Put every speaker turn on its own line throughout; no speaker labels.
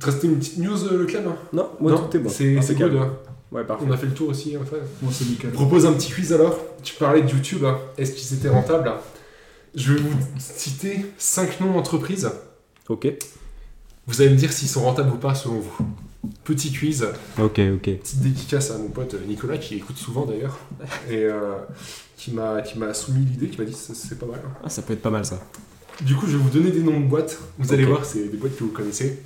restait une petite news, euh, le club hein
Non, moi
Non,
tout est bon.
C'est c'est
Impeccable.
good. hein.
Ouais, parfait.
On a fait le tour aussi. hein, Enfin.
Bon, c'est nickel.
Je propose un petit quiz alors. Tu parlais de YouTube. hein. Est-ce qu'ils étaient rentables hein Je vais vous citer 5 noms d'entreprises.
Ok.
Vous allez me dire s'ils sont rentables ou pas selon vous. Petit quiz,
Ok, ok.
petite dédicace à mon pote euh, Nicolas qui écoute souvent d'ailleurs et euh, qui m'a qui m'a soumis l'idée, qui m'a dit c'est c'est pas mal. hein.
Ah, ça peut être pas mal ça.
Du coup, je vais vous donner des noms de boîtes. Vous allez
Ok.
voir, c'est des boîtes que vous connaissez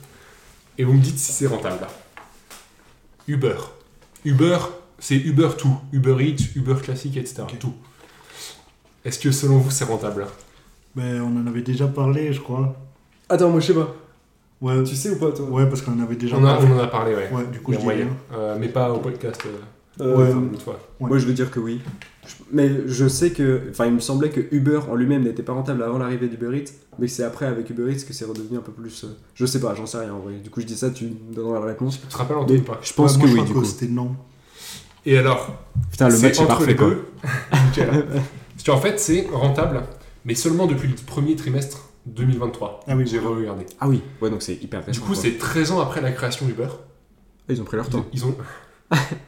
et vous me dites si c'est rentable. Uber. Uber, c'est Uber tout, Uber Eats, Uber classique, etc.
Ok.
Tout. Est-ce que selon vous c'est rentable
Ben, on en avait déjà parlé, je crois.
Attends, moi je sais pas.
Ouais,
Tu sais ou pas toi
ouais parce qu'on en avait déjà
on, a-
parlé.
on en a parlé, ouais.
Ouais, du coup,
Il y
je
a
dis
moyen.
rien.
Euh, mais pas au podcast. euh,
Euh,
Ouais.
une fois.
Ouais.
Moi je veux dire que oui. Je- Mais je sais que. Enfin, il me semblait que Uber en lui-même n'était pas rentable avant l'arrivée d'Uber Eats, mais que c'est après avec Uber Eats que c'est redevenu un peu plus. euh, Je sais pas, j'en sais rien en vrai. Du coup, je dis ça, tu me donneras la réponse.
Tu te rappelles Antoine,
Mais
ou pas
je pense
Ouais, moi,
que
je
oui,
crois
du
que
coup.
c'était non.
Et alors,
Putain, Ah, le
c'est
match est
entre
parfait
les
quoi.
deux. Nickel. Parce qu'en fait, c'est rentable, mais seulement depuis le premier trimestre 2023.
Ah oui,
J'ai
oui.
regardé.
Ah oui, ouais, donc c'est hyper récent.
Du coup,
quoi. Ah,
c'est 13 ans après la création d'Uber.
Ils ont pris leur
Ils,
temps.
ils ont. de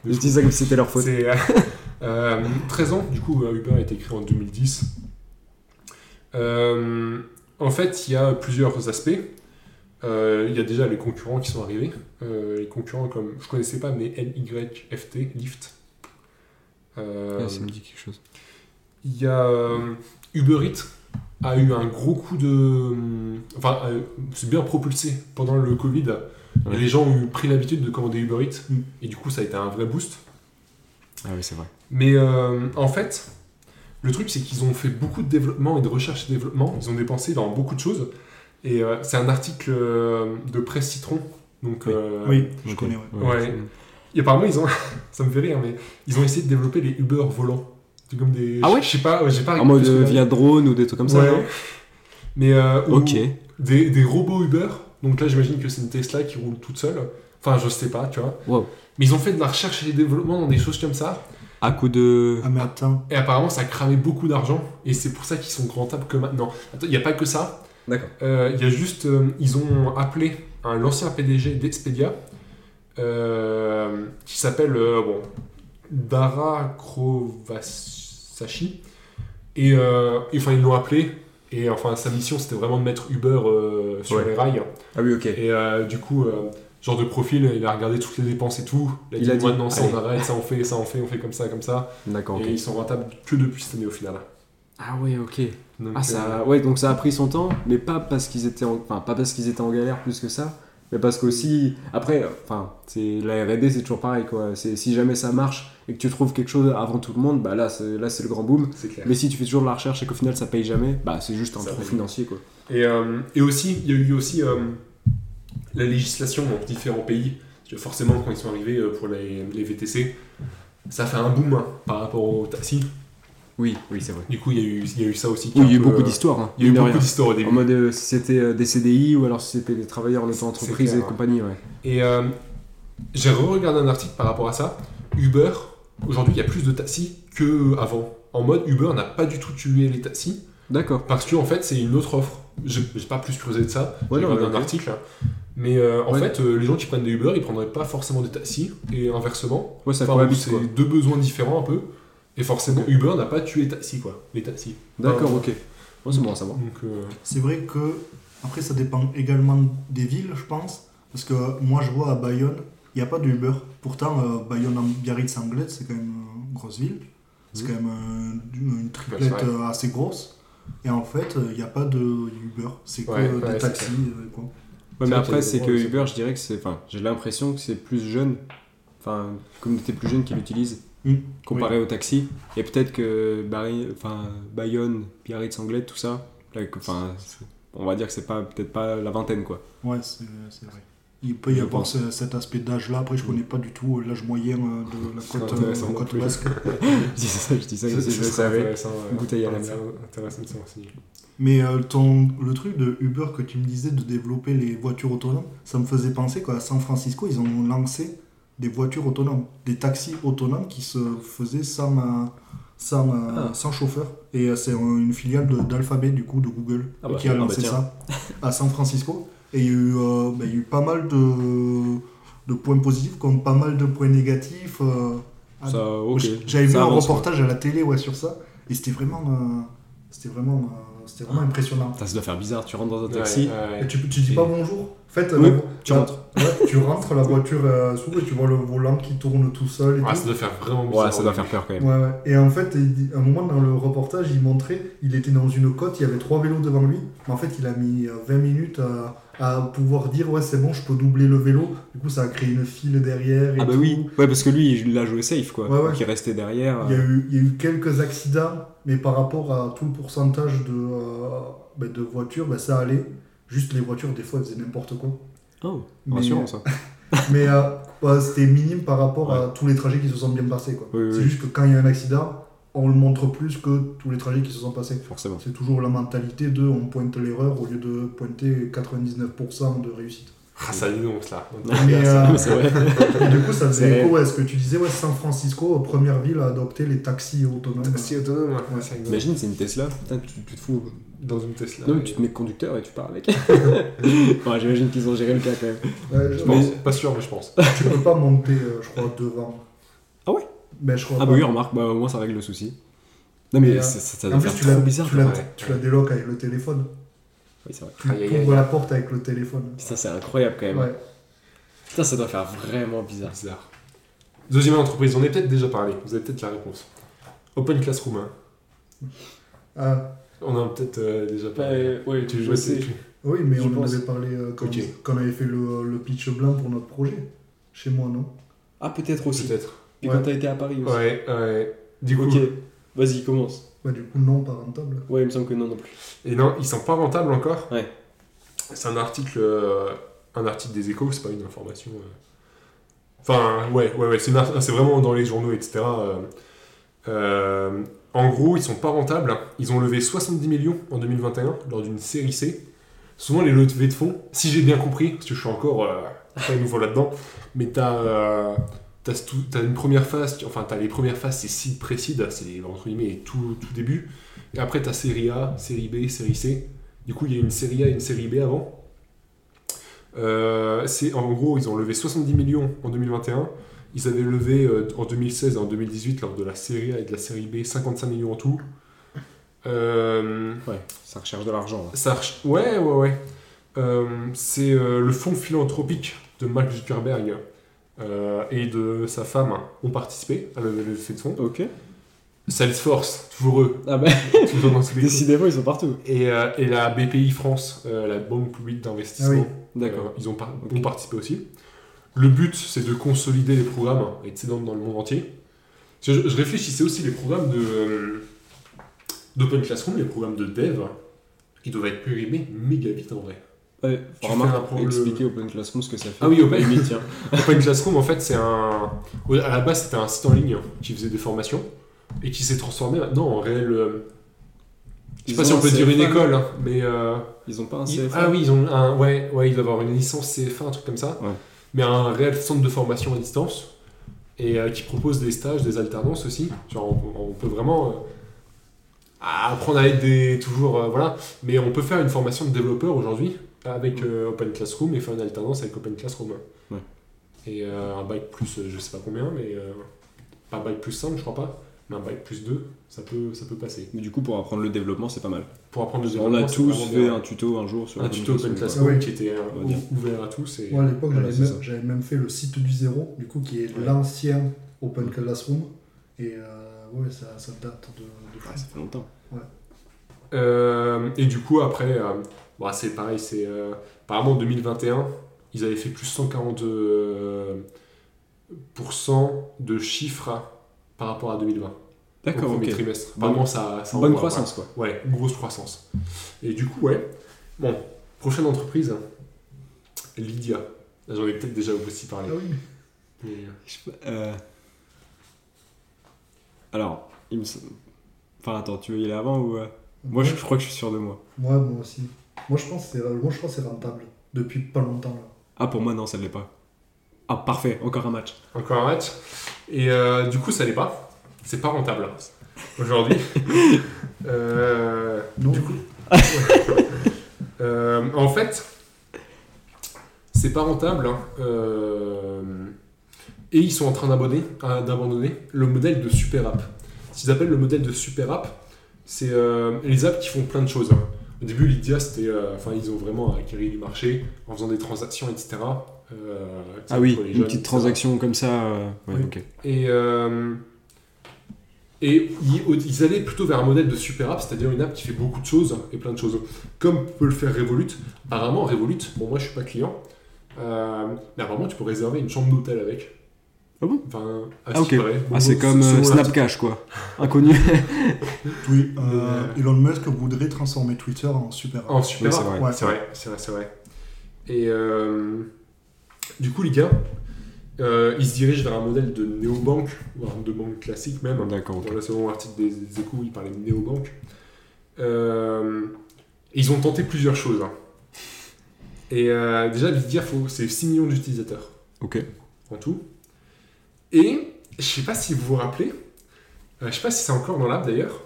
Ils
fou.
disent ça comme si c'était leur faute.
C'est. euh, euh, 13 ans, du coup, euh, Uber a été créé en 2010. Euh, en fait, il y a plusieurs aspects. Euh, Il y a déjà les concurrents qui sont arrivés. Euh, les concurrents comme. Je connaissais pas, mais LYFT, Lyft. Euh,
Ah, me dit quelque chose.
Il y a euh, Uber Eats a eu un gros coup de. Enfin, euh, c'est bien propulsé pendant le Covid.
Ouais.
Les gens ont eu- pris l'habitude de commander Uber Eats
Mm.
et du coup, ça a été un vrai boost.
Ah oui, c'est vrai.
Mais euh, en fait, le truc, c'est qu'ils ont fait beaucoup de développement et de recherche et développement. Ils ont dépensé dans beaucoup de choses. Et euh, c'est un article euh, de Presse Citron. Donc,
Oui.
euh,
Oui, je
Ok.
connais, ouais.
Ouais. et apparemment, ils ont. ça me fait rire, mais ils ont essayé de développer les Uber volants. C'est comme des.
Ah ouais
Je sais pas, ouais, j'ai pas
En mode
plus que
euh,
la-
via drone ou des trucs comme ça.
Ouais.
genre
Mais euh, ou
Ok.
des, des robots Uber. Donc là, j'imagine que c'est une Tesla qui roule toute seule. Enfin, je sais pas, tu vois.
Wow.
Mais ils ont fait de la recherche et des développements dans des choses comme ça.
À coup de.
Ah, mais attends.
Et apparemment, ça cramait beaucoup d'argent. Et c'est pour ça qu'ils sont rentables que maintenant. Attends, il n'y a pas que ça.
D'accord.
Euh, Il y a juste. euh, ils ont appelé un l'ancien PDG d'Expedia. euh, qui s'appelle. euh, bon. Dara Krovasashi. Et euh, et, enfin, ils l'ont appelé. Et enfin, sa mission, c'était vraiment de mettre Uber euh, sur
Ouais.
les rails.
Ah oui, ok.
Et euh, du coup, euh, genre de profil, il a regardé toutes les dépenses et tout. Il a
Il
dit,
a dit,
maintenant ça on
allez.
arrête, ça on fait, ça on fait, on fait comme ça, comme ça.
D'accord, ok.
Et ils sont rentables que depuis cette année au final.
Ah ouais, ok.
Donc,
Ah
euh,
ça, ouais, donc ça a pris son temps, mais pas parce qu'ils étaient, en... enfin pas parce qu'ils étaient en galère plus que ça, mais parce qu'aussi après, euh, enfin c'est la R&D c'est toujours pareil quoi. C'est si jamais ça marche et que tu trouves quelque chose avant tout le monde, bah là c'est là c'est le grand boom.
c'est clair.
Mais si tu fais toujours de la recherche et qu'au final ça paye jamais, bah c'est juste un
Ça
trou
paye.
financier quoi.
Et, euh, et aussi, il y a eu aussi euh, la législation dans différents pays. Parce que forcément, quand ils sont arrivés euh, pour les, les VTC, ça fait un boom hein, par rapport au taxi.
Oui, oui c'est vrai.
Du coup, il y, a eu- il y a eu ça aussi. qui
Oui,
est
il y a eu
un peu,
beaucoup
euh,
d'histoires. hein,
Il y a eu
mine de
beaucoup
rien.
d'histoires au
En
début.
mode euh, si c'était euh, des CDI ou alors si c'était des travailleurs en auto-entreprise
clair,
et
ouais.
compagnie, ouais.
Et euh, j'ai re-regardé un article par rapport à ça. Uber, aujourd'hui, il y a plus de taxis que avant. En mode, Uber n'a pas du tout tué les taxis
D'accord.
parce que en fait, c'est une autre offre. J'ai j'ai pas plus creusé de ça.
Ouais,
j'ai
Bah non,
regardé
mais
un
ok.
article. hein. Mais euh, en
Ouais.
fait, euh, les gens qui prennent des Uber, ils prendraient pas forcément des taxis et inversement.
Ouais, ça
Enfin,
cohabite,
c'est
quoi.
deux besoins différents un peu. Et forcément, Uber n'a pas tué les taxis, quoi. Les taxis.
D'accord,
Ouais.
ok. Ouais, c'est bon à savoir.
Donc, euh,
C'est vrai que, après, ça dépend également des villes, je pense. Parce que euh, moi, je vois à Bayonne, il n'y a pas de Uber. Pourtant, euh, Bayonne en Biarritz Anglette, c'est quand même euh, une grosse ville. C'est
Mhm.
quand même euh, une une
Ouais,
triplette
Bah, c'est vrai.
euh, assez grosse. Et en fait, euh, il n'y a pas de Uber. C'est que
Ouais,
euh,
ouais,
des
c'est
taxis.
clair.
euh, quoi.
Ouais,
C'est vrai qu'il
mais
y a
après,
des
c'est que
endroits où
Uber, je dirais que c'est. Enfin, j'ai l'impression que c'est plus jeune. Enfin, une communauté plus jeune qui l'utilise.
Mm.
Comparé au taxi. Et peut-être que Barry- enfin, Bayonne, Biarritz Anglais, tout ça. là, que- Enfin, on va dire que c'est pas peut-être pas la vingtaine, quoi.
Ouais, c'est c'est vrai. Il peut y
Je
avoir
pense.
ce- cet aspect d'âge-là. Après, je connais pas du tout euh, l'âge moyen euh, de la côte, euh,
intéressant non
côte
plus.
basque.
je dis ça, je dis ça
c'est
comme si je le savais. Bouteille à la mer.
Intéressant de savoir si-
Mais euh, ton, le truc de Uber que tu me disais de développer les voitures autonomes, ça me faisait penser qu'à San Francisco, ils ont lancé des voitures autonomes, des taxis autonomes qui se faisaient sans, euh, sans, euh,
Ah.
sans chauffeur. Et euh, c'est euh, une filiale de- d'Alphabet, du coup, de Google,
Ah bah,
qui a
ah bah
lancé
tiens.
ça à San Francisco. Et il y, a eu, euh, bah, il y a eu pas mal de, de points positifs comme pas mal de points négatifs. euh, à-
Ça, ok.
J'avais
Ça
vu un
avance, quoi.
reportage à la télé ouais, sur ça, et c'était vraiment, euh, c'était vraiment, euh, c'était vraiment
Ah.
impressionnant.
Ça, ça doit faire bizarre, tu rentres dans un
Ouais,
taxi.
ouais.
Et tu, tu dis
Et-
pas bonjour En fait,
Oui,
la-
tu
la-
rentres.
ouais, tu rentres, la voiture euh, s'ouvre et tu vois le volant qui tourne tout seul. Et
Ah,
tout.
ça doit faire vraiment
Ouais,
bizarre.
ça doit faire peur quand même.
Ouais, ouais. Et en fait, il dit- à un moment dans le reportage, il montrait, il était dans une côte, il y avait trois vélos devant lui, mais en fait, il a mis euh, 20 minutes à, à pouvoir dire Ouais, c'est bon, je peux doubler le vélo. Du coup, ça a créé une file derrière. Et
Ah bah
tout.
oui, ouais, parce que lui, il l'a joué safe quoi.
Ouais, ouais.
Donc il restait derrière.
Il y, a eu, il y a eu quelques accidents, mais par rapport à tout le pourcentage de, euh, bah, de voitures, bah, ça allait. Juste les voitures, des fois, elles faisaient n'importe quoi.
Oh,
Mais- euh,
rassurant ça.
Mais euh, bah, c'était minime par rapport à tous les trajets qui se sont bien passés. quoi.
Oui, oui,
c'est
oui.
juste que quand il y a un accident, on le montre plus que tous les trajets qui se sont passés.
Forcément.
C'est toujours la mentalité de on pointe l'erreur au lieu de pointer 99% de réussite.
Ah, ça dénonce là.
Mais, euh,
Ah,
C'est vrai.
et du coup, ça
C'est
faisait écho à ce que tu disais. Ouais, San Francisco, euh, première ville à adopter les taxis autonomes.
Taxi autonome, ouais,
Ouais.
c'est rigolo.
Imagine, c'est une Tesla. Putain, tu, tu te fous.
Dans une Tesla.
Non, mais
et-
tu te mets conducteur et tu pars avec. Ouais, J'imagine qu'ils ont géré le cas quand même.
Ouais, Euh, je-
Je pense, pas sûr, mais je pense.
Tu peux pas monter, euh, je crois, devant.
Ah ouais
Ben, je crois
Ah
pas.
bah oui, remarque, bah, au moins ça règle le souci. Non mais
Et, euh,
ça, ça, ça
en
doit
plus,
faire
tu la,
trop bizarre.
tu, la,
quoi.
ouais.
tu la déloques avec le téléphone.
Oui, c'est vrai.
Tu
Aïe, aïe,
ouvres la porte avec le téléphone.
Putain, c'est incroyable quand même.
Ouais.
Putain, ça doit faire vraiment bizarre.
Bizarre. Deuxième entreprise, on en a peut-être déjà parlé, vous avez peut-être la réponse. Open Classroom, hein.
Ah,
on en a peut-être euh, déjà parlé.
Euh, ouais,
tu
je
jouais
sais.
tu-
oui, mais
Je
on en
pense.
avait parlé euh, quand,
Ok.
quand on avait fait le, euh, le pitch blanc pour notre projet. Chez moi, non
Ah, peut-être aussi.
Peut-être.
Et
Ouais.
quand t'as été à Paris aussi.
Ouais, ouais. Du coup,
Ok, vas-y, commence.
bah, Du coup, non, pas rentable.
Ouais, il me semble que non non plus.
et non, ils sont pas rentables encore.
Ouais.
C'est un article, euh, un article des échos, c'est pas une information. euh. Enfin, ouais, ouais, ouais, c'est une ar- c'est vraiment dans les journaux, etc. euh. Euh, en gros, ils sont pas rentables. hein. Ils ont levé 70 millions en 2021 lors d'une série C. Souvent, les levées de fonds, si j'ai bien compris, parce que je suis encore euh, pas nouveau là-dedans, mais t'as euh, t'as ce tout- t'as une première phase, qui- enfin t'as les premières phases, c'est seed pré-seed, c'est entre guillemets tout, tout début. Et après, t'as série A, série B, série C. Du coup, il y a une série A et une série B avant. Euh, c'est en gros, ils ont levé 70 millions en 2021. Ils avaient levé euh, en 2016 et en 2018 lors de la série A et de la série B 55 millions en tout. Euh,
Ouais, ça recherche de l'argent.
ça arch- Ouais, ouais, ouais. Euh, c'est euh, le fonds philanthropique de Mark Zuckerberg euh, et de sa femme ont participé à la levée de fonds.
Ok.
Salesforce, toujours eux,
Ah bah,
toujours dans tous les coups.
décidément, ils sont partout.
Et, euh, et la BPI France, euh, la Banque publique d'investissement,
D'accord.
euh, ils ont, par-
Ah Ok.
ont participé aussi. Le but, c'est de consolider les programmes et de s'étendre dans le monde entier. Je, je réfléchissais aussi les programmes de euh, d'Open Classroom, les programmes de dev, qui doivent être périmés méga vite en vrai.
Ouais,
Tu fais un
remarque,
pro- le-
expliquer Open Classroom ce que ça fait.
Ah oui, Open-
Limite, tiens.
Open Classroom, en fait, c'est un. au- À la base, c'était un site en ligne qui faisait des formations et qui s'est transformé maintenant en réel. euh, Je sais pas
Ils
si
ont
on peut
un
dire une
CFA,
école, hein, mais. euh,
Ils ont pas un
ils-
CFA.
ah oui, ils ont un. Ouais, ouais, ils doivent avoir une licence CF1, un truc comme ça.
Ouais.
Mais un réel centre de formation à distance et euh, qui propose des stages, des alternances aussi. Genre, on, on peut vraiment. euh, apprendre à être des- toujours euh, voilà mais on peut faire une formation de développeur aujourd'hui avec euh, Open Classroom et faire une alternance avec Open Classroom
Ouais.
et euh, un bac plus euh, je sais pas combien mais euh, pas bac plus 5 je crois pas mais un bac plus 2 ça peut ça peut passer
Mais du coup, pour apprendre le développement, c'est pas mal.
pour apprendre le
On
développement
a
c'est
tous
vraiment
fait
bien.
un tuto un jour sur
un tuto Open
Classroom,
Classroom
Ouais.
qui était euh,
On va dire.
ou- ouvert à tous et
Moi, à l'époque,
Voilà,
j'avais
c'est
même-
ça.
j'avais même, fait le site du zéro, du coup, qui est
Ouais.
l'ancien Open Classroom. Et euh, ouais, ça, ça date de. de
quoi. Ouais, ça fait longtemps.
Euh, et du coup après euh, bah, c'est pareil c'est euh, apparemment en 2021 ils avaient fait plus 140 euh, pourcent de chiffres par rapport à 2020
D'accord,
au premier
ok.
trimestre.
Bonne-
Vraiment, ça, ça
Bonne
envoie,
croissance, quoi.
Ouais. Ouais, grosse croissance. Et du coup, ouais. Bon, prochaine entreprise, Lydia. J'en ai peut-être déjà aussi
Ah
parlé.
oui,
Mais,
Je sais pas, euh, Alors, il me semble- Enfin, attends, tu veux y aller avant ou. euh, Moi, je, je crois que je suis sûr de moi.
Moi, moi aussi. Moi, je pense que c'est moi, je pense que c'est rentable depuis pas longtemps. Là.
Ah, pour moi, non, ça ne l'est pas. Ah, parfait, encore un match.
Encore un match. Et euh, du coup, ça l'est pas. C'est pas rentable hein, aujourd'hui. Euh,
Non.
du coup. Euh, en fait, C'est pas rentable. hein. Euh, Et ils sont en train d'abonner- euh, d'abandonner le modèle de super app. Ce qu'ils appellent le modèle de super app, c'est euh, les apps qui font plein de choses. hein. Au début, Lydia, c'était. euh, Enfin, ils ont vraiment acquéri du marché en faisant des transactions, etc. Euh,
Ah oui,
pour les
une
jeunes,
petite
etc.
transaction comme ça. euh, ouais,
Oui.
ok.
Et, euh, et ils, ils allaient plutôt vers un modèle de super app, c'est-à-dire une app qui fait beaucoup de choses et plein de choses. Comme peut le faire Revolut. Apparemment, Revolut, bon, moi je suis pas client, euh, mais apparemment tu peux réserver une chambre d'hôtel avec.
Ah bon
Enfin, à
Ah,
ce qui
ok.
paraît. Bon,
Ah, c'est
bon,
comme
selon
euh,
la-
Snapcash, quoi. Inconnu.
Oui, euh,
Mais-
Elon Musk voudrait transformer Twitter en super app.
En super
Oui, c'est
app.
vrai.
Ouais.
C'est vrai, c'est vrai, c'est vrai. Et euh, du coup, les gars, euh, ils se dirigent vers un modèle de néobanque, voire de banque classique même.
D'accord, ok.
Dans le second article des, des échos, il parlait de néobanque. Euh, ils ont tenté plusieurs choses. hein. Et euh, déjà, Bitgear, faut- c'est 6 millions d'utilisateurs
Ok.
en tout. Et je sais pas si vous vous rappelez, euh, je sais pas si c'est encore dans l'app d'ailleurs,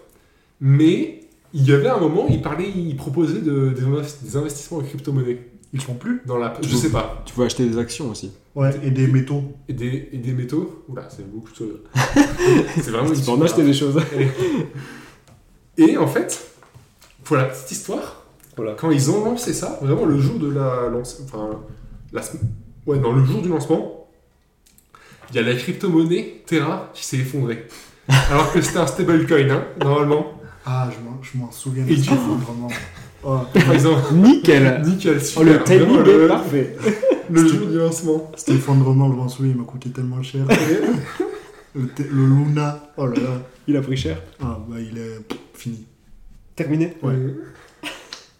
mais il y avait un moment, il parlait, il proposait de- des, invest- des investissements en crypto-monnaie
Ils font plus
dans l'app. Je
Ouf.
sais pas.
Tu peux acheter des actions aussi.
Ouais, et des métaux.
Et des, et des métaux Oula, c'est beaucoup de choses. c'est vraiment
Tu peux en
super-
acheter des choses.
Et en fait, pour la petite histoire, quand ils ont lancé ça, vraiment le jour de la lance, enfin, la sem- ouais, non, le jour du lancement, il y a la crypto-monnaie Terra qui s'est effondrée. Alors que c'était un stablecoin, hein, normalement.
Ah, je m'en, je m'en souviens
Et
de
du
ça,
coup-
vraiment. Oh,
Enfin, ils ont-
Nickel
Nickel,
Oh,
super.
le
Vraiment,
timing
le,
est parfait.
le jour du lancement.
cet effondrement, je m'en souviens, il m'a coûté tellement cher. Le, t- le Luna, oh là là.
Il a pris cher.
Ah, bah il est pff, fini.
Terminé
Ouais.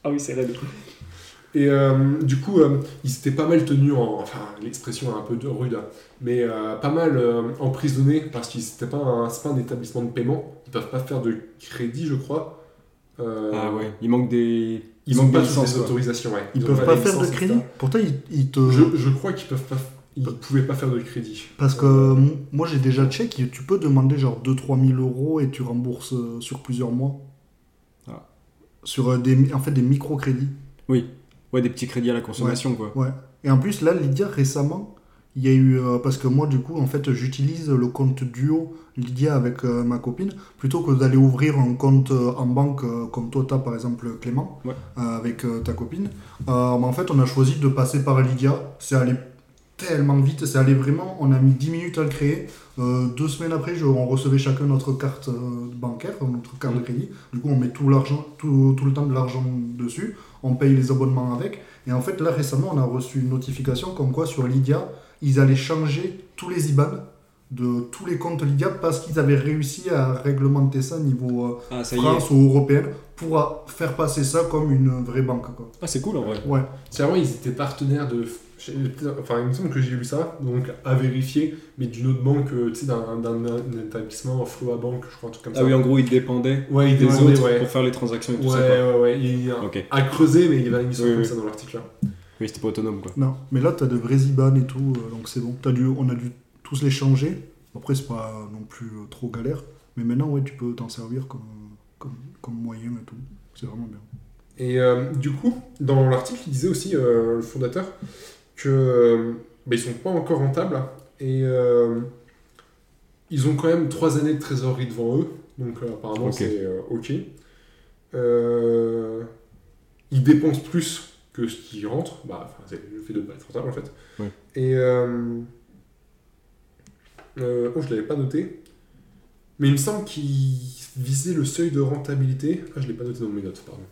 Ah oui, c'est raide.
Et euh, du coup, euh, ils étaient pas mal tenus, en, enfin l'expression est un peu de- rude, hein, mais euh, pas mal euh, emprisonnés parce qu'ils c'était pas un, c'est pas un établissement de paiement, ils peuvent pas faire de crédit, je crois. Euh,
Ah ouais, il manque des.
Ils n'ont pas
de
toutes
sens,
les autorisations, ouais.
Ils,
ont
peuvent pas
les
faire de
licences,
crédit
etc.
Pourtant, ils, ils te.
Je, je crois qu'ils peuvent pas, ils pouvaient pas faire de crédit.
Parce que euh, m- moi j'ai déjà check, tu peux demander genre 2-3 000 euros et tu rembourses euh, sur plusieurs mois.
Ah.
Sur euh, des, en fait, des microcrédits.
Ouais, des petits crédits à la consommation, quoi.
Ouais. Et en plus, là, Lydia, récemment, il y a eu. euh, parce que moi, du coup, en fait, j'utilise le compte duo Lydia avec euh, ma copine, plutôt que d'aller ouvrir un compte euh, en banque euh, comme toi, t'as par exemple Clément,
Ouais.
euh, avec euh, ta copine. Euh, mais en fait, on a choisi de passer par Lydia. C'est allé tellement vite, c'est allé vraiment. On a mis 10 minutes à le créer. Euh, deux semaines après, je- on recevait chacun notre carte euh, bancaire, notre carte de crédit. Du coup, on met tout l'argent, tout, tout le temps de l'argent dessus. On paye les abonnements avec. Et en fait, là récemment, on a reçu une notification comme quoi sur Lydia, ils allaient changer tous les IBAN de tous les comptes Lydia parce qu'ils avaient réussi à réglementer ça niveau euh,
Ah, ça y est.
France ou européenne pour euh, faire passer ça comme une vraie banque. Quoi.
Ah, c'est cool en vrai.
Ouais.
C'est vraiment, ils étaient partenaires de. j'ai- peut-être- Enfin, il me semble que j'ai lu ça, donc à vérifier, mais d'une autre banque, euh, tu sais, d'un d'un- d'un établissement, Floa Bank, je crois, un truc comme
Ah
ça.
oui, en gros, ils dépendaient
Ouais, ils
des
dépendaient,
autres
ouais.
pour faire les transactions et tout
Ouais,
ça, quoi.
ouais, ouais. Il y a-
Ok.
À creuser, mais il y avait une histoire
Oui,
comme
oui.
ça dans l'article. hein. là.
Oui, c'était pas autonome, quoi.
Non, mais là, tu as de vrais IBAN et tout, euh, donc c'est bon. T'as dû, on a dû tous les changer. Après, c'est pas non plus euh, trop galère. Mais maintenant, ouais, tu peux t'en servir comme, comme, comme moyen et tout. C'est vraiment bien.
Et euh, du coup, dans l'article, il disait aussi, euh, le fondateur, que euh, bah, ils sont pas encore rentables et euh, ils ont quand même trois années de trésorerie devant eux. Donc euh, apparemment,
Ok.
c'est euh, ok. Euh, ils dépensent plus que ce qui rentre. Bah, enfin, c'est le fait de ne pas être rentable en fait.
Ouais.
Et euh, euh, oh, je l'avais pas noté. Mais il me semble qu'ils visaient le seuil de rentabilité. Ah, je l'ai pas noté dans mes notes, pardon.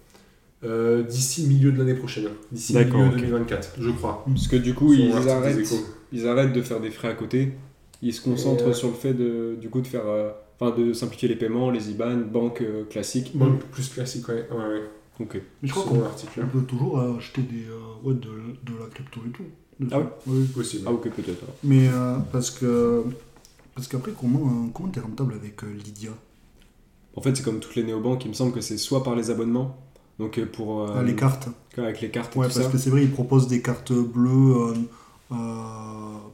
Euh, d'ici milieu de l'année prochaine, d'ici milieu
D'accord, ok.
2024, je crois.
Parce que du coup,
Sur
ils
l'article des
arrêtent,
Échos.
ils arrêtent de faire des frais à côté. Ils se concentrent
Et, euh,
sur le fait de, du coup, de faire, euh, enfin, de simplifier les paiements, les IBAN, banque euh, classique.
Bon, plus classique, ouais. ouais, ouais.
Ok.
Mais je crois
Selon
qu'on
l'article.
on peut toujours euh, acheter des, euh, ouais, de, de la crypto et tout. dessus.
Ah ouais
Oui.
Possible.
Ah ok, peut-être. alors.
Mais euh, parce que. Parce qu'après, comment euh, comment t'es rentable avec euh, Lydia
En fait, c'est comme toutes les néobanques. Il me semble que c'est soit par les abonnements, donc euh, pour euh,
Ah, Les cartes.
avec les cartes et
Ouais,
tout
parce
ça.
que c'est vrai, ils proposent des cartes bleues, euh, euh,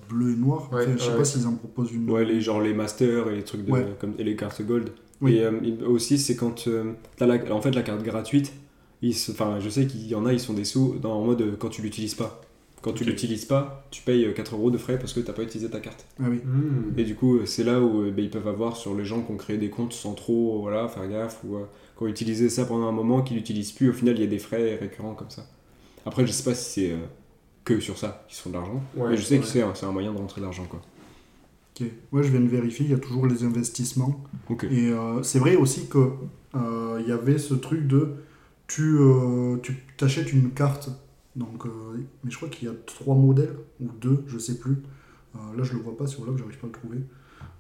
bleues et noires.
Ouais,
Enfin, je sais
ouais.
pas s'ils en proposent une.
Ouais, les, genre les masters et les trucs de,
Ouais.
comme, et les cartes gold.
Oui.
Et euh, il- aussi, c'est quand euh, t'as la, en fait la carte gratuite. ils se- Enfin, je sais qu'il y en a, ils sont des sous dans, en mode euh, quand tu l'utilises pas. Quand tu
Ok.
l'utilises pas, tu payes euh, 4 euros de frais parce que t'as pas utilisé ta carte.
Ah oui.
Hmm.
Et du coup, euh, c'est là où euh, ben, ils peuvent avoir sur les gens qui ont créé des comptes sans trop euh, voilà, faire gaffe ou euh, qui ont utilisé ça pendant un moment, qui l'utilisent plus. Au final, il y a des frais récurrents comme ça. Après, je sais pas si c'est euh, que sur ça qu'ils se font de l'argent,
Ouais,
mais je sais
ouais.
que c'est un- c'est un moyen de rentrer de l'argent. quoi.
Ok. Ouais, je viens de vérifier, il y a toujours les investissements.
Ok.
Et euh, c'est vrai aussi que euh, il y avait ce truc de tu euh, tu t'achètes une carte. Donc, euh, mais je crois qu'il y a trois modèles ou deux, je sais plus. Euh, là, je le vois pas sur l'offre, j'arrive pas à le trouver.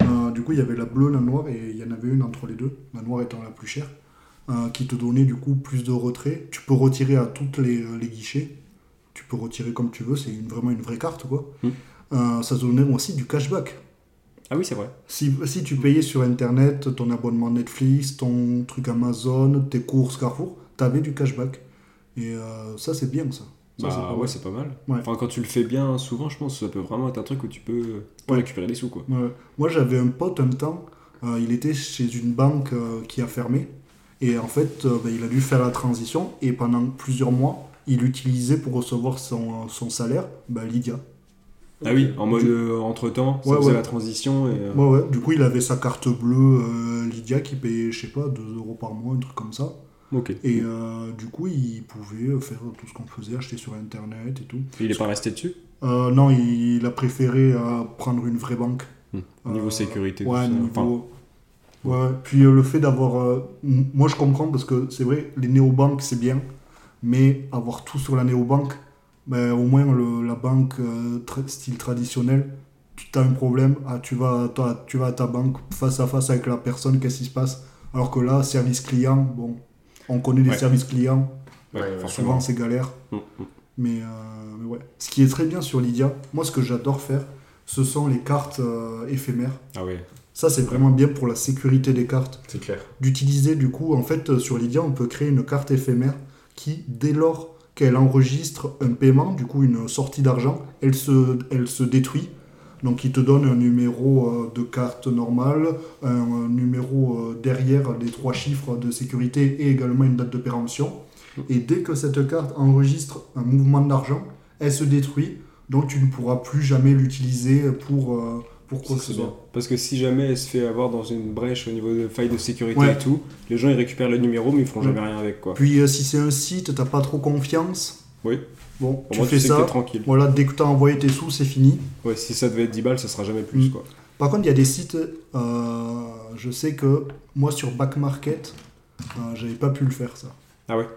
Euh, du coup, il y avait la bleue, la noire et il y en avait une entre les deux, la noire étant la plus chère, euh, qui te donnait du coup plus de retraits. Tu peux retirer à toutes les, euh, les guichets. Tu peux retirer comme tu veux, c'est une- vraiment une vraie carte quoi.
Mm.
Euh, ça te donnait aussi du cashback.
Ah oui, c'est vrai.
Si, si tu payais sur Internet ton abonnement Netflix, ton truc Amazon, tes courses Carrefour, t'avais du cashback. Et euh, ça, c'est bien, ça.
Bah,
Ça, c'est pas
ouais,
mal.
c'est pas mal.
Ouais.
Enfin, quand tu le fais bien, souvent, je pense que ça peut vraiment être un truc où tu peux, euh, tu peux
Ouais.
récupérer des sous. quoi.
Ouais. Moi, j'avais un pote un temps, euh, il était chez une banque euh, qui a fermé. Et en fait, euh, bah, il a dû faire la transition. Et pendant plusieurs mois, il l'utilisait pour recevoir son, euh, son salaire, bah, Lydia.
Ah oui, en mode euh, entre-temps, ça
Ouais,
faisait
ouais.
la transition. Et, euh,
Ouais, ouais. Du coup, il avait sa carte bleue euh, Lydia qui payait, je sais pas, 2 euros par mois, un truc comme ça.
Ok. Et
Et euh, du coup, il pouvait faire tout ce qu'on faisait, acheter sur Internet et tout.
il est pas resté dessus
Euh, non, il, a préféré euh, prendre une vraie banque.
Hmm. Niveau
Euh,
sécurité, tout
Ouais,
ça.
niveau-
Enfin,
ouais. Puis euh, le fait d'avoir... euh, m- moi, je comprends parce que c'est vrai, les néobanques, c'est bien. Mais avoir tout sur la néobanque, ben, au moins le- la banque euh, tra- style traditionnel, tu as un problème, ah, tu, vas, toi, tu vas à ta banque face à face avec la personne, qu'est-ce qui se passe Alors que là, service client, bon, on connaît les
Ouais.
services clients,
ouais,
Ouais, ouais.
forcément.
souvent c'est galère.
Mm, mm.
Mais, euh, mais ouais. Ce qui est très bien sur Lydia, moi ce que j'adore faire, ce sont les cartes euh, éphémères.
Ah ouais.
Ça c'est vraiment bien pour la sécurité des cartes.
C'est clair.
D'utiliser du coup, en fait euh, sur Lydia, on peut créer une carte éphémère qui, dès lors qu'elle enregistre un paiement, du coup une sortie d'argent, elle se, elle se détruit. Donc il te donne un numéro euh, de carte normale, un, euh, numéro euh, derrière les trois chiffres de sécurité et également une date de péremption. Et dès que cette carte enregistre un mouvement d'argent, elle se détruit, donc tu ne pourras plus jamais l'utiliser pour, euh, pour quoi que
C'est
ce
bien.
soit.
Parce que si jamais elle se fait avoir dans une brèche au niveau de failles de sécurité
Ouais.
et tout, les gens ils récupèrent le numéro mais ils feront
Ouais.
jamais rien avec quoi.
Puis euh, si c'est un site, t'as pas trop confiance.
Oui.
Bon,
Au
tu
moins,
fais
sais que
ça.
t'es tranquille.
Voilà, dès que t'as envoyé tes sous, c'est fini.
Ouais, si ça devait être 10 balles, ça sera jamais plus
Mm.
quoi.
Par contre, il y a des sites, euh, je sais que moi sur Back Market, euh, j'avais pas pu le faire ça.
Ah ouais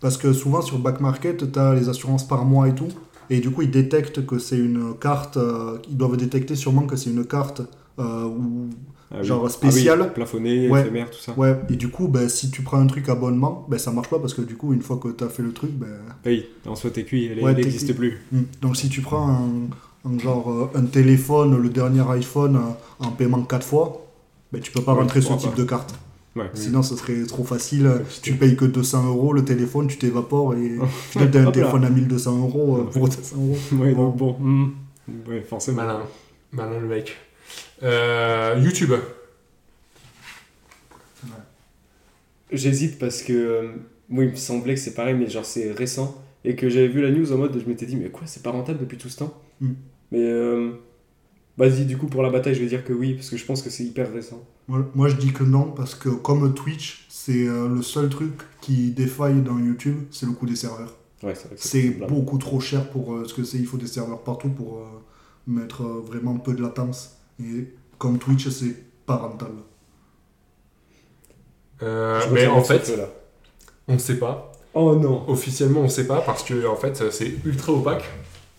Parce que souvent sur Back Market, t'as les assurances par mois et tout. Et du coup, ils détectent que c'est une carte. euh, ils doivent détecter sûrement que c'est une carte euh, ou
Ah
Genre
oui.
spécial.
Ah oui, plafonné,
Ouais.
éphémère, tout ça.
Ouais, et du coup, ben, si tu prends un truc abonnement, ben, ça marche pas parce que du coup, une fois que t'as fait le truc, ben.
Ah Oui, en soi t'es cuit, elle
Ouais,
elle
t'es
n'existe
cuit.
plus.
hmm. Donc si tu prends un, un genre euh, un téléphone, le dernier iPhone, euh, en paiement 4 fois, ben, tu peux pas
Ouais,
rentrer
tu
ce
pourras
type
pas.
de carte.
Ouais.
Sinon, ce serait trop facile.
putain.
Tu payes que 200 euros le téléphone, tu t'évapores et tu t'as un
Oh. Hop là.
téléphone à 1200 euros euh, pour 200 euros.
Ouais, donc bon. mm. Ouais, forcément.
Malin. Malin le mec. Euh, YouTube.
J'hésite parce que euh, moi il me semblait que c'est pareil mais genre c'est récent et que j'avais vu la news en mode je m'étais dit mais quoi c'est pas rentable depuis tout ce temps
Mm.
mais euh, vas-y du coup pour la bataille je vais dire que oui parce que je pense que c'est hyper récent
Moi, moi, je dis que non parce que comme Twitch, c'est euh, le seul truc qui défaille dans YouTube, c'est le coût des serveurs.
ouais c'est vrai que
C'est
semblable.
beaucoup trop cher pour euh, ce que c'est. Il faut des serveurs partout pour euh, mettre euh, vraiment peu de latence. Et comme Twitch, c'est pas rentable.
Euh,
Je
mais
retiens
en
ce
fait,
feu-là.
on ne sait pas.
oh non
Officiellement, on ne sait pas parce que en fait, c'est ultra opaque.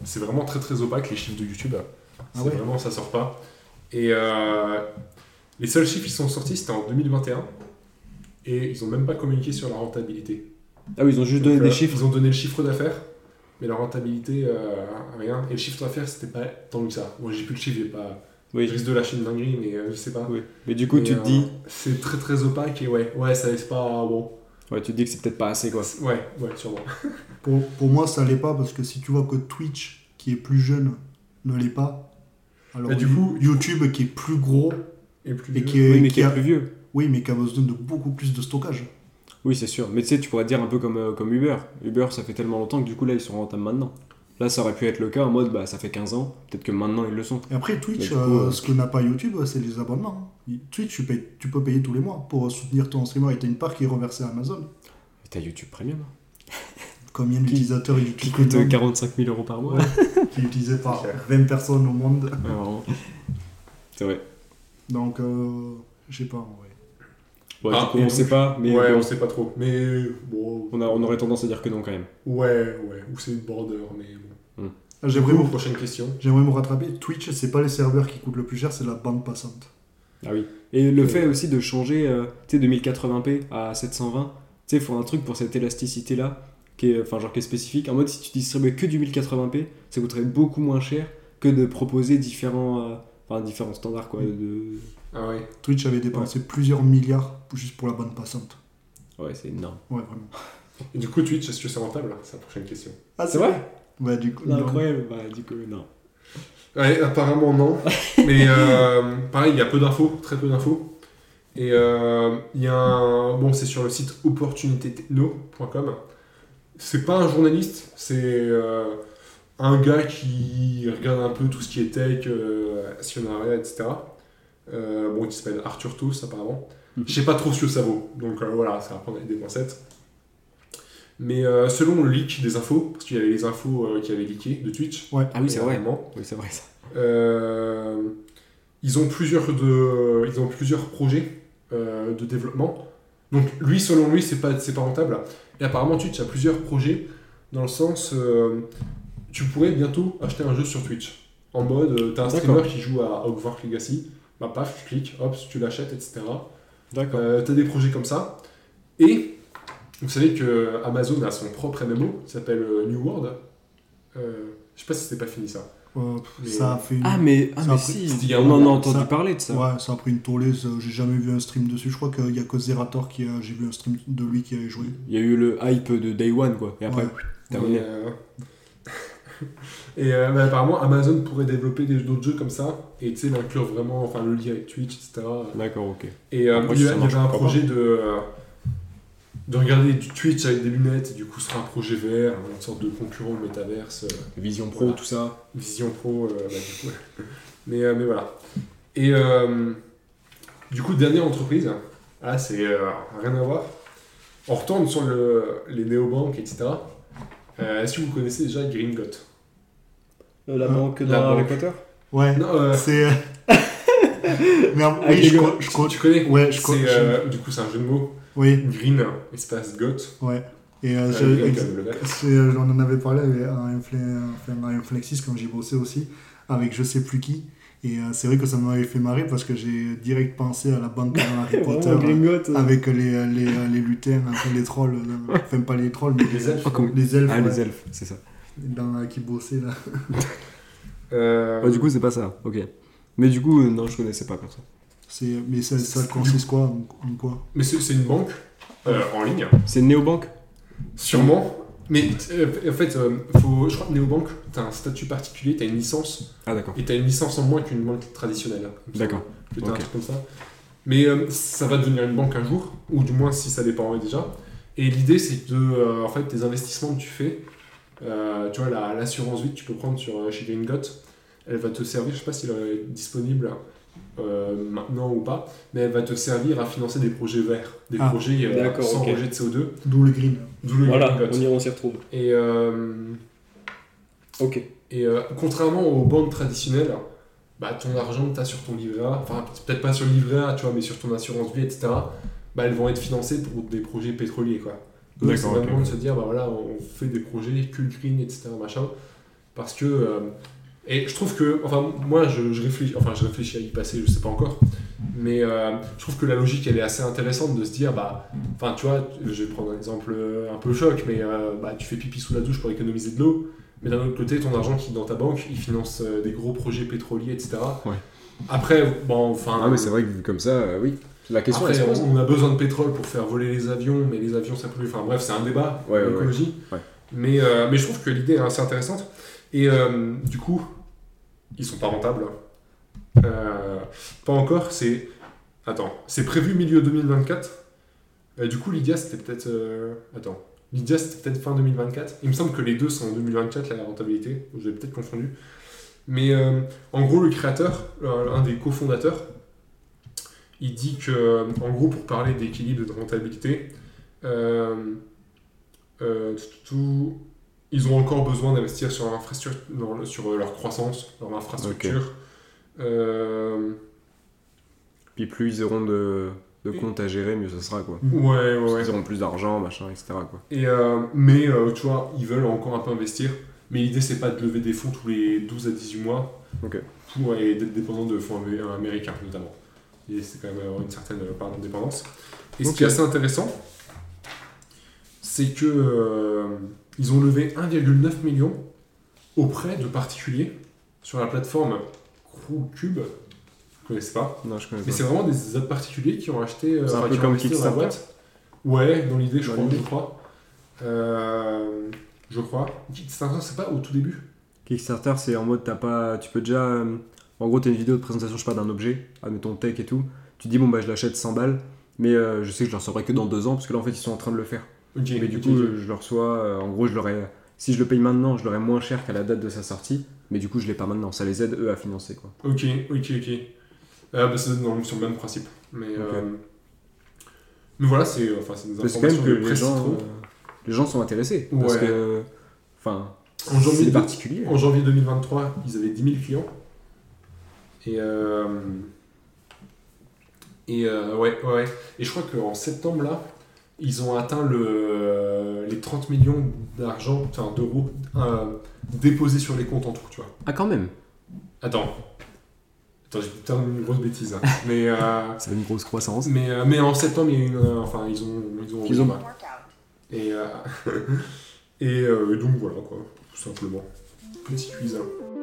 C'est vraiment très très opaque les chiffres de YouTube.
Ah
C'est
ouais
vraiment, ça sort pas. Et euh, les seuls chiffres qui sont sortis, c'était en 2021. Et ils ont même pas communiqué sur la rentabilité.
Ah oui, ils ont juste
Donc,
donné
euh,
des chiffres.
Ils ont donné le chiffre d'affaires, mais la rentabilité, euh, rien. Et le chiffre d'affaires, c'était pas tant que ça. Moi, j'ai plus le chiffre, j'ai pas.
Oui.
Je risque de lâcher une dinguerie, mais euh, je sais pas.
Oui. Mais du coup,
Et,
tu
euh,
te dis,
C'est très très opaque et ouais, ouais, ça laisse pas. Bon.
ouais, tu te dis que c'est peut-être pas assez quoi.
Ouais, ouais, sûrement.
Pour, pour moi, ça l'est pas parce que si tu vois que Twitch, qui est plus jeune, ne l'est pas, alors
Bah, du coup-
YouTube, qui est plus gros
Et plus.
et
vieux.
qui, est-
Oui, mais
qui
qui est
a,
plus vieux.
oui, mais qui a besoin de beaucoup plus de stockage.
Oui, c'est sûr. Mais tu sais, tu pourrais dire un peu comme, euh, comme Uber. Uber, ça fait tellement longtemps que du coup, là, ils sont rentables maintenant. Là, ça aurait pu être le cas en mode, bah, ça fait 15 ans, peut-être que maintenant ils le sont.
Et après, Twitch,
Mais du coup,
euh,
euh,
ce que n'a pas YouTube, c'est les abonnements. Twitch, tu, payes- tu peux payer tous les mois pour soutenir ton streamer et t'as une part qui est renversée à Amazon.
Mais T'as YouTube Premium, hein.
Combien d'utilisateurs YouTube
qui coûte
Premium
euh, 45 000 euros par mois.
Ouais. qui est utilisé par
C'est cher.
20 personnes au monde.
Ouais, vraiment. C'est vrai.
Donc, euh, je sais pas, ouais.
Ouais,
Ah,
du coup,
et
on
donc-
sait pas, mais
ouais,
bon,
on sait pas trop. Mais bon,
on, a- on aurait tendance à dire que non quand même.
ouais, ouais, ou c'est une border, mais bon.
Ah, J'aimerais me,
prochaine question.
j'aimerais me rattraper. Twitch, c'est pas les serveurs qui coûtent le plus cher, c'est la bande passante.
Ah oui. Et le
Ouais.
fait aussi de changer, euh, tu sais, de 1080p à 720, tu sais, faut un truc pour cette élasticité-là, qui est, enfin, genre, qui est spécifique. En mode, si tu distribuais que du 1080p, ça coûterait beaucoup moins cher que de proposer différents, euh, enfin, différents standards, quoi. De...
Ah ouais.
Twitch avait dépensé plusieurs milliards juste pour la bande passante.
Ouais, c'est énorme.
Ouais, vraiment.
Et du coup, Twitch, est-ce que c'est rentable C'est la prochaine question.
Ah,
C'est vrai
Ouais, du coup, non.
Incroyable, bah, du coup, non.
Ouais, apparemment non. Mais euh, pareil, il y a peu d'infos, très peu d'infos. Et euh, il y a un... Bon, c'est sur le site opportunitétechno.com. C'est pas un journaliste, c'est euh, un gars qui regarde un peu tout ce qui est tech, euh, actionnariat, etc. Euh, bon, qui s'appelle Arthur Tous, apparemment.
Mhm.
Je sais pas trop ce que ça vaut, donc euh, voilà, ça va prendre avec des pincettes. Mais euh, selon le leak des infos, parce qu'il y avait les infos euh, qui avaient leaké de Twitch,
Ah oui, c'est vrai.
évidemment,
Oui, c'est vrai, ça.
euh, ils ont plusieurs de, ils ont plusieurs projets euh, de développement. Donc lui, selon lui, c'est pas, c'est pas rentable. Et apparemment, Twitch a plusieurs projets dans le sens, euh, tu pourrais bientôt acheter un jeu sur Twitch. En mode, euh, t'as un
D'accord.
streamer qui joue à Hogwarts Legacy, bah paf, tu cliques, hop, tu l'achètes, etc.
D'accord.
Euh, t'as des projets comme ça. Et vous savez que Amazon a son propre MMO, qui s'appelle euh, New World. Euh, je sais pas si c'était pas fini ça.
Euh, pff,
Mais-
ça a fait une...
Ah, mais, ah,
ça
mais
a
si,
pris-
on en a entendu
ça-
parler de ça.
Ouais, ça a pris une tournée, ça- j'ai jamais vu un stream dessus. Je crois qu'il y a que Zerator qui a. J'ai vu un stream de lui qui avait joué.
Il y a eu le hype de Day One, quoi. Et après,
Ouais.
terminé.
Et, euh, et, euh, bah, apparemment, Amazon pourrait développer des- d'autres jeux comme ça et tu sais, l'inclure vraiment, enfin le lien avec Twitch, etc.
D'accord, ok.
Et euh,
Après,
il y
si
a-
ça
il y
marche,
avait un
pourquoi
projet de, euh, de regarder du Twitch avec des lunettes, et du coup, ce sera un projet VR, une sorte de concurrent au métaverse, euh,
Vision Pro,
Voilà.
tout ça.
Vision Pro, euh, bah, du coup. mais, euh, mais voilà. Et euh, du coup, dernière entreprise, ah, c'est euh, rien à voir. On retourne sur le, les néobanques, etc. Euh, Est-ce que vous connaissez déjà Gringot
Euh, la
Hein
banque
La
dans Harry
banque.
Potter
Ouais,
Non, Ah, euh,
c'est. Mais en-
Avec
oui, je,
les
co- je co-
tu connais
Ouais, je
C'est,
connais.
euh, Du coup, c'est un jeu de mots.
Oui,
Green, espace got.
ouais. Et euh,
euh,
je-
green
ex-
comme le vert.
c'est- euh, j'en en avais parlé avec- à Infle- enfin, à Inflexis quand j'y bossais aussi, avec je sais plus qui. Et euh, c'est vrai que ça m'avait fait marrer parce que j'ai direct pensé à la banque dans Harry Potter.
Vraiment,
Ah,
Gringotte.
euh, Avec les, les, les lutins, enfin les trolls, euh, enfin pas les trolls, mais
Les elfes.
Oh, comme-
les elfes
Ah,
ouais,
les elfes, c'est ça.
dans- qui bossaient là.
Euh,
Ah, du coup, c'est pas ça, ok. Mais du coup, euh, non, je connaissais pas comme ça.
C'est- Mais ça, ça consiste quoi en, en quoi
mais c'est c'est une banque euh, en ligne,
C'est Neobank
sûrement. Mais euh, en fait, euh, faut, je crois que néobanque, t'as un statut particulier, t'as une licence,
Ah, d'accord.
et t'as une licence en moins qu'une banque traditionnelle. hein,
D'accord.
Que t'as un
Ok.
truc comme ça. Mais euh, ça va devenir une banque un jour, ou du moins si ça dépend ouais, déjà. Et l'idée, c'est de, euh, en fait, tes investissements que tu fais, euh, tu vois, la- l'assurance vie que tu peux prendre sur, euh, chez Gringot, elle va te servir, je sais pas si elle est disponible euh, maintenant ou pas, mais elle va te servir à financer des projets verts, des
Ah,
projets euh,
d'accord,
sans
ok.
rejet de CO2,
D'où le green.
d'où le
Voilà,
Gringot.
on y, on s'y retrouve.
Et euh,
Ok.
et euh, contrairement aux banques traditionnelles, bah, ton argent que tu as sur ton livret A, enfin peut-être pas sur le livret A, tu vois, mais sur ton assurance vie, etc., bah, elles vont être financées pour des projets pétroliers. Quoi. Eux, c'est
D'accord, ok.
vraiment de se dire, bah, voilà, on fait des projets cul green, etc., machin, parce que... euh, et je trouve que, enfin moi je, je réfléchis, enfin je réfléchis à y passer, je sais pas encore, mais euh, je trouve que la logique elle est assez intéressante de se dire, bah, enfin tu vois, je vais prendre un exemple euh, un peu choc, mais euh, bah, tu fais pipi sous la douche pour économiser de l'eau, mais d'un autre côté, ton argent qui est dans ta banque, il finance euh, des gros projets pétroliers, etc.
Ouais.
Après, bon, enfin,
Ah, mais c'est vrai que vu comme ça, euh, oui. La question,
après,
elle se
euh,
pose.
on on a besoin de pétrole pour faire voler les avions, mais les avions, ça pollue. Enfin bref, c'est un débat,
Ouais, ouais,
l'écologie.
ouais.
Mais, euh, mais je trouve que l'idée est assez intéressante. Et euh, du coup, ils sont pas rentables. Euh, pas encore, c'est... Attends, c'est prévu milieu 2024. Euh, du coup, l'idée, c'était peut-être... euh, Attends. Lydia, c'était peut-être fin 2024. Il me semble que les deux sont en 2024, la rentabilité. Vous avez peut-être confondu. Mais euh, en gros, le créateur, euh, un des cofondateurs, il dit que, euh, en gros, pour parler d'équilibre et de rentabilité, euh, euh, tout- tout- ils ont encore besoin d'investir sur, leur infrastructure- dans le- sur euh, leur croissance, leur infrastructure. Euh,
Puis plus ils auront de, de
Et-
comptes à gérer, mieux ce sera quoi.
ouais, ouais, ouais.
Ils auront plus d'argent, machin, etc. Quoi.
Et, euh, mais euh, tu vois, ils veulent encore un peu investir. Mais l'idée, c'est pas de lever des fonds tous les 12 à 18 mois
Ok.
pour, et d'être dépendant de fonds amé- américains, notamment. Et c'est quand même avoir une certaine euh, part d'indépendance. Et ce
Ok.
qui est assez intéressant, c'est que euh, ils ont levé 1,9 million auprès de particuliers sur la plateforme Crewcube. Vous connaissez pas
Non, je connais
mais
pas.
c'est vraiment des autres particuliers qui ont acheté. euh,
C'est un
enfin,
peu
qui ont
comme
investi dans la
Kickstarter.
boîte. Ouais, dans l'idée, je
Dans
crois.
l'idée.
Je crois. Euh, je crois. Kickstarter, c'est pas au tout début
Kickstarter, c'est en mode, t'as pas, tu peux déjà. euh, en gros, t'as une vidéo de présentation, je sais pas, d'un objet, admettons tech et tout. Tu dis, bon, bah, je l'achète 100 balles, mais euh, je sais que je le recevrai que dans deux ans, parce que là, en fait, ils sont en train de le faire.
Ok,
Mais du
ok,
coup,
ok.
je le reçois, euh, en gros, je l'aurais. Si je le paye maintenant, je l'aurais moins cher qu'à la date de sa sortie, mais du coup, je l'ai pas maintenant. Ça les aide, eux, à financer, quoi.
Ok, ok, ok. Euh, bah, c'est dans- sur le même principe. Mais, euh, mais voilà, c'est enfin, c'est des
Parce que quand même
informations
que
de
les
presse
gens,
citron.
euh, les gens sont intéressés. Parce
Ouais.
que. Enfin,
En janvier
euh, c'est des
deux-
particuliers.
En janvier 2023, ils avaient 10 000 clients. Et, euh, et euh, ouais, ouais. Et je crois qu'en septembre, là, ils ont atteint le, les 30 millions d'argent, enfin d'euros, euh, déposés sur les comptes en tout, tu vois.
Ah, quand même
Attends. Attends, j'ai peut-être une grosse bêtise. hein. Mais, euh,
C'est une grosse croissance.
mais, euh, mais en septembre, il y a eu une, euh, enfin, ils ont... Ils ont,
Ils ont-
Workout.
Et, euh, et euh, donc voilà, quoi. Tout simplement. Petit quiz. hein.